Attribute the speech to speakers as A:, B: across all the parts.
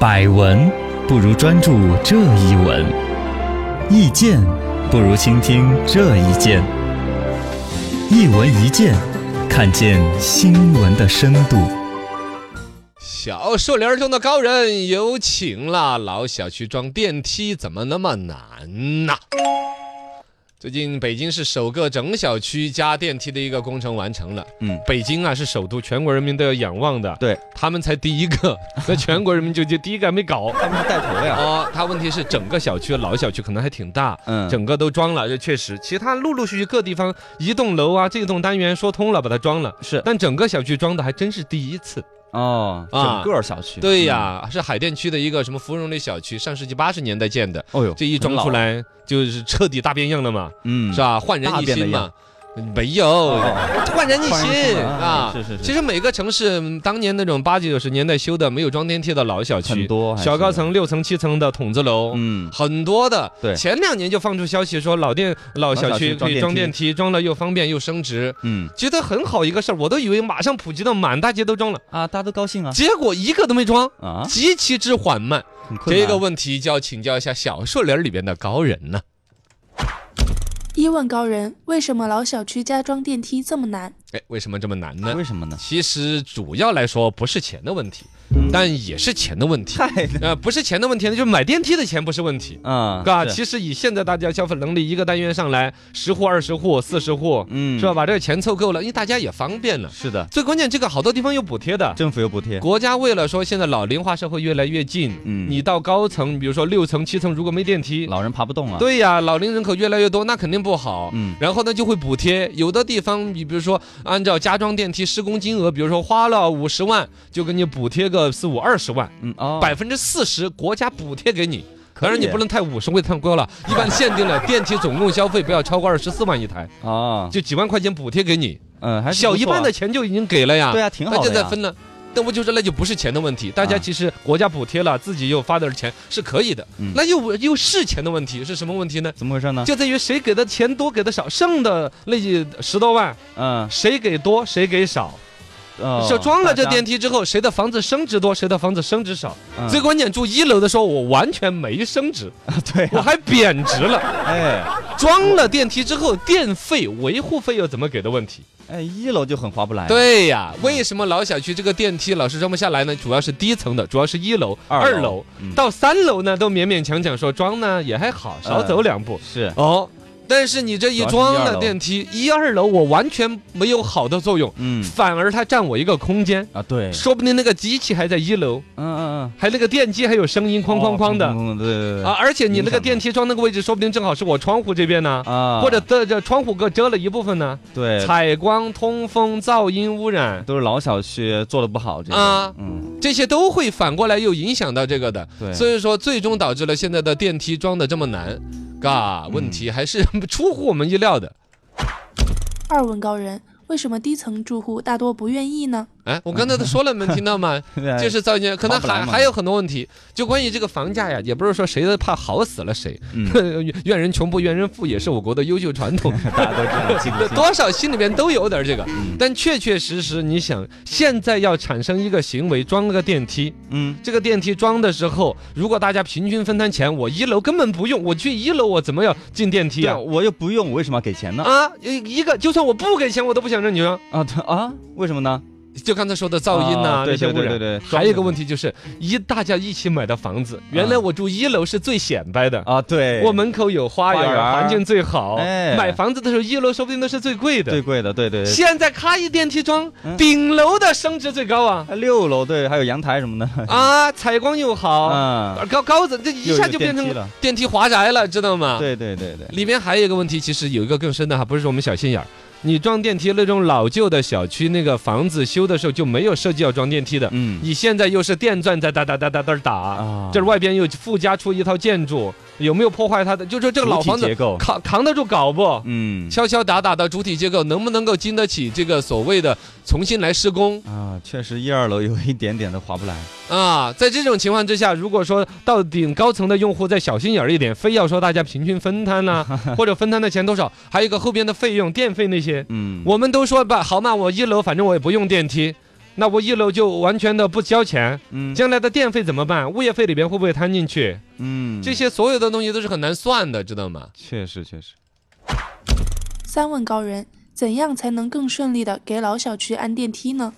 A: 百闻不如专注这一闻，意见不如倾听这一见。一闻一见，看见新闻的深度。
B: 小树林儿中的高人有请啦！老小区装电梯怎么那么难呢？最近北京市首个整小区加电梯的一个工程完成了。
A: 嗯，
B: 北京啊是首都，全国人民都要仰望的。
A: 对，
B: 他们才第一 个，那全国人民就就第一个还没搞。
A: 他们是带头呀。
B: 哦，他问题是整个小区老小区可能还挺大，
A: 嗯
B: 整个都装了，这确实。其他陆陆续续各地方一栋楼啊，这栋单元说通了，把它装了。
A: 是
B: 但整个小区装的还真是第一次。
A: 哦，
B: 啊
A: 整个小区。
B: 对呀、
A: 嗯
B: 是海淀区的一个什么芙蓉类小区，上世纪八十年代建的，
A: 嗯。哦呦，
B: 这一装出来就是彻底大变样了嘛，
A: 嗯，
B: 是吧？焕然
A: 大
B: 一
A: 变了
B: 新嘛
A: 样。
B: 没有，
A: 哦
B: 焕然一
A: 焕然一
B: 新
A: 新啊
B: 啊！
A: 是是是
B: 其实每个城市嗯当年那种八九十年代修的没有装电梯的老小
A: 很
B: 区，
A: 多还是
B: 小高。层、六层、七层的筒子楼，
A: 嗯，
B: 很多的。
A: 对
B: 前两年就放出消息说老电老小
A: 小区
B: 区
A: 装
B: 可以
A: 电
B: 装
A: 梯
B: 电梯，装了又方便又升值，
A: 嗯
B: 觉得很好一个事儿。我都以为马上普及到满大街都装了，
A: 啊，大家都高兴啊
B: 结果一个都没装，
A: 啊，
B: 极其之缓慢。
A: 很困
B: 这
A: 难
B: 个问题就要请教一下小树林里边的高人呢、
C: 一问高人，为什么老小区加装电梯这么难？
B: 哎，为什么这么难呢？
A: 为什么呢？
B: 其实主要来说不是钱的问题，
A: 嗯
B: 但也是钱的 问题。
A: 太
B: 呃，不是钱的问题呢，就是买电梯的钱不是问题，
A: 啊，
B: 啊，
A: 是
B: 其实以现在大家消费能力，一个单元上来十户、二十户、四十户，
A: 嗯，
B: 是吧？？把这个钱凑够了，因为大家也方便了。
A: 是的，
B: 最关键，这个好多地方有补贴的。
A: 政府有补贴。
B: 国家为了说现在老龄化社会越来越近，
A: 嗯
B: 你到高层，比如说六层、七层，如果没电梯，
A: 老人爬不动啊。，
B: 对呀，老龄人口越来越多，那肯定不好。
A: 嗯
B: 然后呢，就会补贴。有的地方，你比如说，按照加装电梯施工金额，比如说花了五十万，就给你补贴个四五二十万，
A: 嗯哦，
B: 百分之四十国家补贴给你。
A: 可
B: 当然你
A: 以
B: 不能太五十会太高了，一般限定了电梯总共消费不要超过二十四万一台，
A: 哦，
B: 就几万块钱补贴给你，
A: 嗯，还是
B: 小
A: 不
B: 一
A: 错
B: 半
A: 啊
B: 的钱就已经给了呀。
A: 对啊，挺好
B: 那
A: 的
B: 现
A: 呀。
B: 在分了。但我就是，那就不是钱的问题，大家
A: 啊
B: 其实国家补贴了，自己又发点儿钱是可以的
A: 嗯。啊
B: 那又又是钱的问题，是什么问题呢？
A: 怎么回事呢？
B: 就在于谁给的钱多，给的少，剩的那几十多万，
A: 嗯，哦
B: 谁给多，谁给少。是装了这电梯之后，谁的房子升值多，谁的房子升值少。最
A: 最
B: 关键，住一楼的时候，我完全没升值，
A: 对
B: 我
A: 啊，
B: 还贬值了。
A: 哎
B: 装了电梯之后，电费、维护费又怎么给的问题？
A: 哎，一楼就很划不来。，
B: 对呀，为什么老小区这个电梯老是装不下来呢？主要是低层的，主要是一楼、
A: 二
B: 二
A: 楼
B: 楼
A: 嗯
B: 到三楼呢，都勉勉强强说装呢也还好，少
A: 嗯
B: 走两步。
A: 是
B: 哦，但是你这一装
A: 主要是一二
B: 了
A: 楼
B: 电梯，一二楼我完全没有好的作用，
A: 嗯
B: 反而它占我一个空间。
A: 啊对，
B: 说不定那个机器还在一楼，
A: 嗯嗯嗯，
B: 还那个电机还有声音，哐哐哐的
A: 哦，对对对
B: 啊！
A: 对
B: 而且你那
A: 影
B: 个
A: 响
B: 电梯装那个位置，说不定正好是我窗户这边呢，
A: 啊
B: 或者这这窗户给我遮了一部分呢。
A: 对，
B: 采光、通风、噪音污染，
A: 都是老小区做的不好这个
B: 啊
A: 嗯
B: 这些都会反过来又影响到这个的。
A: 对，
B: 所以说，最终导致了现在的电梯装的这么难，
A: 嗯
B: 嘎，问题还是 出乎我们意料的。
C: 二问高人，为什么低层住户大多不愿意呢？
B: 哎，我刚才都说了，你们听 到吗？就是造成，可
A: 嗯
B: 能
A: 哎划不来
B: 还
A: 嘛
B: 还有很多问题，就关于这个房价呀，也不是说谁都怕好死了谁，
A: 嗯
B: 怨人穷不怨人富也是我国的优秀 传统，
A: 大家都这样记不清
B: 多少心里面 都有点这个
A: 嗯。
B: 但确确实实，你想现在要产生一个行为，装个电梯，
A: 嗯
B: 这个电梯装的时候，如果大家平均分摊钱，我一楼根本不用，我去一楼我怎么要进电梯
A: 对啊，
B: 啊？
A: 我又不用，我为什么要给钱呢？
B: 啊，一一个就算我不给钱，我都不想让你装。
A: 啊对啊，为什么呢？
B: 就刚才说的噪音呐、
A: 啊
B: 那
A: 对
B: 些
A: 对
B: 污
A: 对对。
B: 染
A: 对，
B: 还有一个问
A: 题
B: 题就是，一大家一起买的房子，原来我住一楼是最显摆的，
A: 啊，对，
B: 我门口有花
A: 花
B: 园，
A: 园儿
B: 环境最好。
A: 哎
B: 买房子的时候，一楼说不定都是最贵
A: 最
B: 的。
A: 贵的，对对对。
B: 现在咔一电梯装，
A: 嗯！
B: 顶楼的升值最高啊
A: 哎六楼对，还有阳台什么的，
B: 啊，采光又好，
A: 啊，
B: 高高子这一下
A: 又有
B: 就变
A: 电
B: 成
A: 梯了
B: 电梯华宅了，知道吗？。
A: 对对对对，
B: 里面还有一个问题，其实有一个更深的哈，不是说我们小心眼儿。你装电梯那种老旧的小区，那个房子修的时候就没有设计要装电梯的，
A: 嗯
B: 你现在又是电钻在哒哒哒哒哒打，
A: 啊
B: 就是外边又附加出一套建筑，有没有破坏它的？就说这个老
A: 主体
B: 房子
A: 结构，
B: 扛扛得住搞不？
A: 嗯
B: 敲敲打打的主体结构能不能够经得起这个所谓的重新来施工
A: 啊，确实一二楼有一点点的划不来，
B: 啊？在这种情况之下，如果说到顶高层的用户再小心眼儿一点，非要说大家平均分摊 呐、或者分摊的钱多少，还有一个后边的费用、电费那些，
A: 嗯，
B: 我们都说吧，好嘛，我一楼反正我也不用电梯。那我一楼就完全的不交钱，
D: 嗯
B: 将来的电费怎么办？物业费里边会不会摊进去？
D: 嗯，
E: 这些所有的东西都是很难算的，知道吗？
D: 确实确实，
C: 三问高人，怎样才能更顺利的给老小区安电梯呢？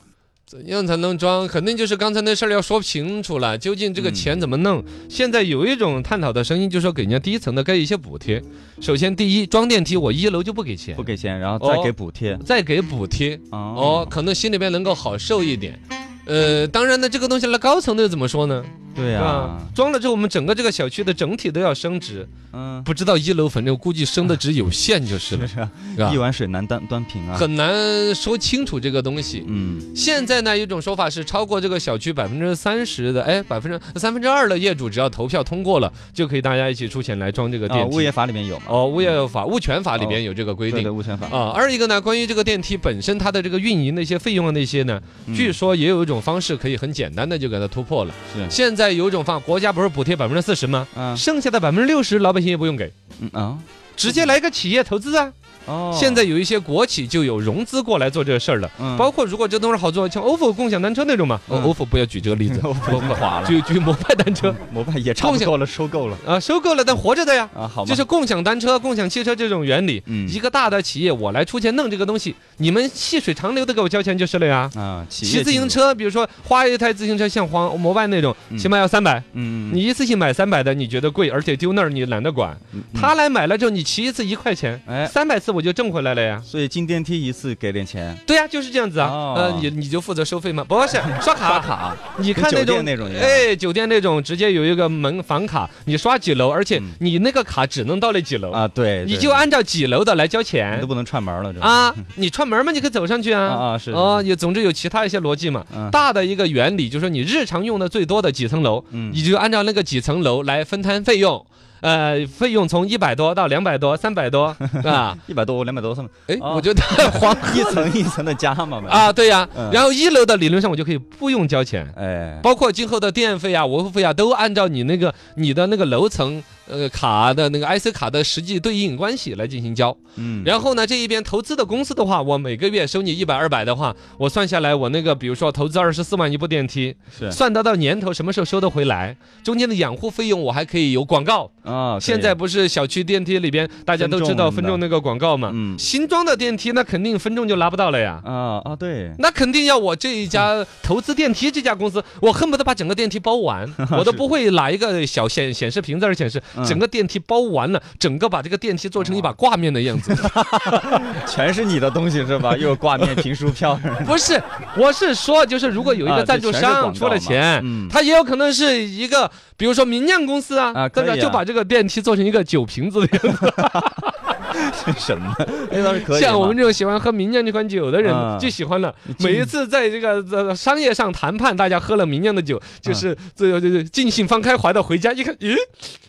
E: 怎样才能装？肯定就是刚才那事儿要说清楚了，究竟这个钱怎么弄？
B: 现在有一种探讨的声音，就是说给人家低层的给一些补贴。首先，第一，装电梯我一楼就不给钱
D: 不，给钱，然后再
B: 哦
D: 给补贴。
B: 再给补贴，哦，，
E: 可能心里边能够好受一点。呃，当然呢，这个东西来高层的又怎么说呢？
D: 对
B: 是吧
D: 啊，？
B: 装了之后，我们整个这个小区的整体都要升值。
D: 嗯，
E: 不知道一楼，反正估计升的值有限就是了，
D: 是啊，
E: 是吧
D: 一？碗水难端端平啊。
E: 很难说清楚这个东西。
D: 嗯
E: 现在呢，有一种说法是，超过这个小区百分之三十的，哎，百分之三分之二的业主只要投票通过了，就可以大家一起出钱来装这个
D: 啊，
B: 电
D: 物业
B: 梯。
D: 法里面有嘛？
B: 哦，物业法、物权法里边
D: 哦
E: 有这个规
D: 对
E: 定
D: 对，物权法。
B: 哦
E: 啊。二一个呢，关于这个电梯本身它的这个运营的一些费用啊那些呢，
D: 嗯
E: 据说也有一种方式可以很简单的就给它突破了。
D: 是
E: 现在有一种方，国家不是补贴百分之四十吗？
D: 嗯
B: 剩下的百分之六十老百姓也不用给，
D: 嗯啊
B: 直接来个企业投资啊！
D: 哦，
B: 现在有一些国企就有融资过来做这个事儿了。
D: 嗯
B: 包括如果这东西好做，像 ofo 共享单车那种嘛、哦
D: 嗯，
B: o f o 不要举这个例子
D: 我们垮了，嗯
B: 就举摩拜单车
D: 摩拜也差不多了，收购了
B: 啊，收购了但活着的呀，
D: 啊，好吧，
B: 就是共享单车、共享汽车这种原理。
D: 嗯
B: 一个大的企业，我来出钱弄这个东西，你们细水长流的给我交钱就是了呀。
D: 啊，企
B: 骑
D: 业
B: 自行
D: 进入，
B: 车，比如说花一台自行车，像黄摩拜那种，
D: 嗯
B: 起码要三百。
D: 嗯，
B: 你一次性买三百的，你觉得贵，而且丢那儿你懒得管。
D: 嗯
B: 他来买了之后，你骑一次一块钱，
D: 哎，
B: 三百次我就挣回来了呀。
D: 所以进电梯一次给点钱，
B: 对呀，就是这样子啊
D: 哦。
B: 呃，你你就负责收费吗？不是，刷卡。
D: 卡，
B: 你看那
D: 跟酒
B: 种
D: 店那种一样
B: 哎，酒店那种直接有一个门房卡，你刷几楼，而且
D: 嗯
B: 你那个卡只能到那几楼，
D: 啊，对，
B: 你
D: 对
B: 就按照几楼的来交
D: 你
B: 钱
D: 都不能串门了，这
B: 啊。你串门嘛，你可以走上去
D: 啊
B: 啊。
D: 啊是
B: 哦，，也总之有其他一些逻辑嘛。
D: 是嗯
B: 大的一个原理就是说，你日常用的最多的几层楼，
D: 嗯
B: 你就按照那个几层楼来分摊费用。呃，费用从一百多到两百多、三百多 啊，
D: 一百多两百多上面
E: 哎，
D: 哦
E: 我 觉得黄
D: 一层一层的加嘛，
B: 啊，对呀、
D: 嗯
B: 然后一楼的理论上我就可以不用交钱，
D: 哎，
B: 包括今后的电费啊、维护费啊，都按照你那个你的那个楼层呃卡的那个 IC 卡的实际对应关系来进行交。
D: 嗯，
B: 然后呢，这一边投资的公司的话，我每个月收你一百二百的话，我算下来，我那个比如说投资二十四万一部电梯，
D: 是
B: 算得到年头什么时候收得回来，中间的养护费用我还可以有广告。
D: 啊，
B: 现在不是小区电梯里边大家都知道
D: 分众
B: 分众那个广告嘛，
D: 嗯
B: 新装的电梯那肯定分众就拿不到了呀。
D: 啊啊 对，
B: 那肯定要我这一 家投资电梯这家公司，我恨不得把整个电梯包 完，我都不会拿一个小显显示屏在这儿显示
D: 嗯，哦
B: 整个电梯包完了，整个把这个电梯做成一把挂面的样 子。
D: 全是你的东西是吧？ 又有挂面、评书票，
B: 不是，我是说，就是如果有一
D: 啊
B: 个
D: 这
B: 赞助
D: 全是广告
B: 商出了
D: 嘛
B: 钱
D: 嗯，
B: 他也有可能是一个，比如说明亮公司
D: 啊
B: 啊，
D: 可以啊
B: 就把这个电梯做成一个酒瓶子的样子，
D: 什么？那倒是可以嘛，
B: 像我们这种喜欢喝明亮这款酒的人
D: 啊
B: 就喜欢了。每一次在这个呃商业上谈判，大家喝了明亮的酒，
D: 啊
B: 就是最后就是尽兴放开怀的回家，一看，咦，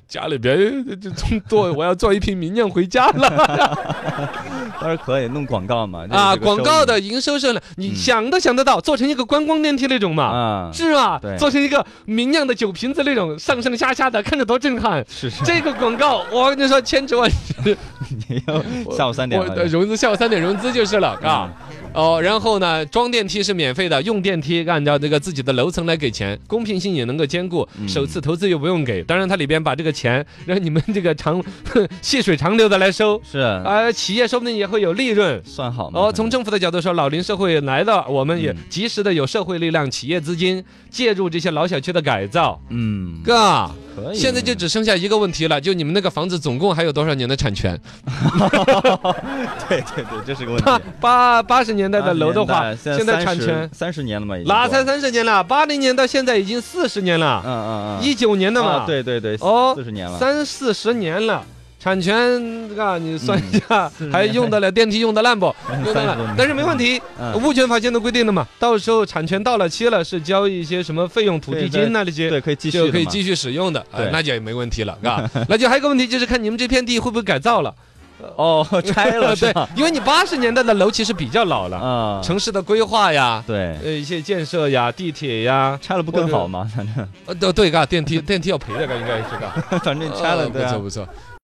B: 家里边呃这这做我要做一瓶明亮回家了
D: 当然可以弄广告嘛，这
B: 啊！
D: 是个
B: 广
D: 收
B: 告
D: 益
B: 的营收是呢，你
D: 嗯
B: 想都想得到，做成一个观光电梯那种嘛。
D: 啊，
B: 是吧
D: 对？
B: 做成一个明亮的酒瓶子那种上上下下的，看着多震撼！
D: 是是，
B: 这个广告，我跟你说，千折万
D: 你要下午三点
B: 我呃
D: 了，嗯
B: 融资下午三点融资就是了啊。哦，然后呢，装电梯是免费的，用电梯按照这个自己的楼层来给钱，公平性也能够兼顾，
D: 嗯
B: 首次投资又不用给。当然，它里边把这个钱让你们这个长 细水长流的来收，
D: 是
B: 啊，企业说不定也会有利润。
D: 算好嘛？
B: 哦，从政府的角度说，老龄社会来了，我们也
D: 嗯
B: 及时的有社会力量、企业资金介入这些老小区的改造，
D: 嗯，
B: 哥。
D: 可以，
B: 现在就只剩下一个问题了，就你们那个房子总共还有多少年的产权？
D: 对对对，这是个问
B: 八
D: 题。啊
B: 八八十年代的楼的话，
D: 现
B: 现在产权
D: 三十年了嘛，已经
B: 哪
D: 过
B: 才
D: 了？
B: 三十年了？八零年到现在已经四十年
D: 嗯
B: 了，
D: 嗯嗯，
B: 一九年的嘛，
D: 啊，对对对，
B: 哦
D: 四十年了，
B: 三四十年了。产权，嘎，你算一 下，
D: 40
B: 还
D: 嗯年
B: 用得了电梯，用得烂不？用得
D: 三十多
B: 烂
D: 年，
B: 但是没问题。
D: 嗯
B: 物权法现在规定的嘛，到时候产权到了期了，是交一些什么费用、土地金呐、这些，
D: 对，可以继续
B: 就
D: 的
B: 可以
D: 嘛
B: 继续使用的，呃
D: 对
E: 那就也没问题了，嘎。
B: 啊那就还有一个问题，就是看你们这片地会不会改造了。
D: 哦， 拆了 是
B: 对
D: 吧？，
B: 因为你八十年代的楼其实比较老了，
D: 啊，
B: 城市的规划呀，
D: 对，
B: 呃，一些建设呀，地铁呀，
D: 拆了不更好吗？反正
E: 呃，对对，嘎，电梯电梯要赔的，嘎，应该是嘎。
D: 反正拆了
E: 哦不
D: 对
E: 错
D: 啊，
E: 不错。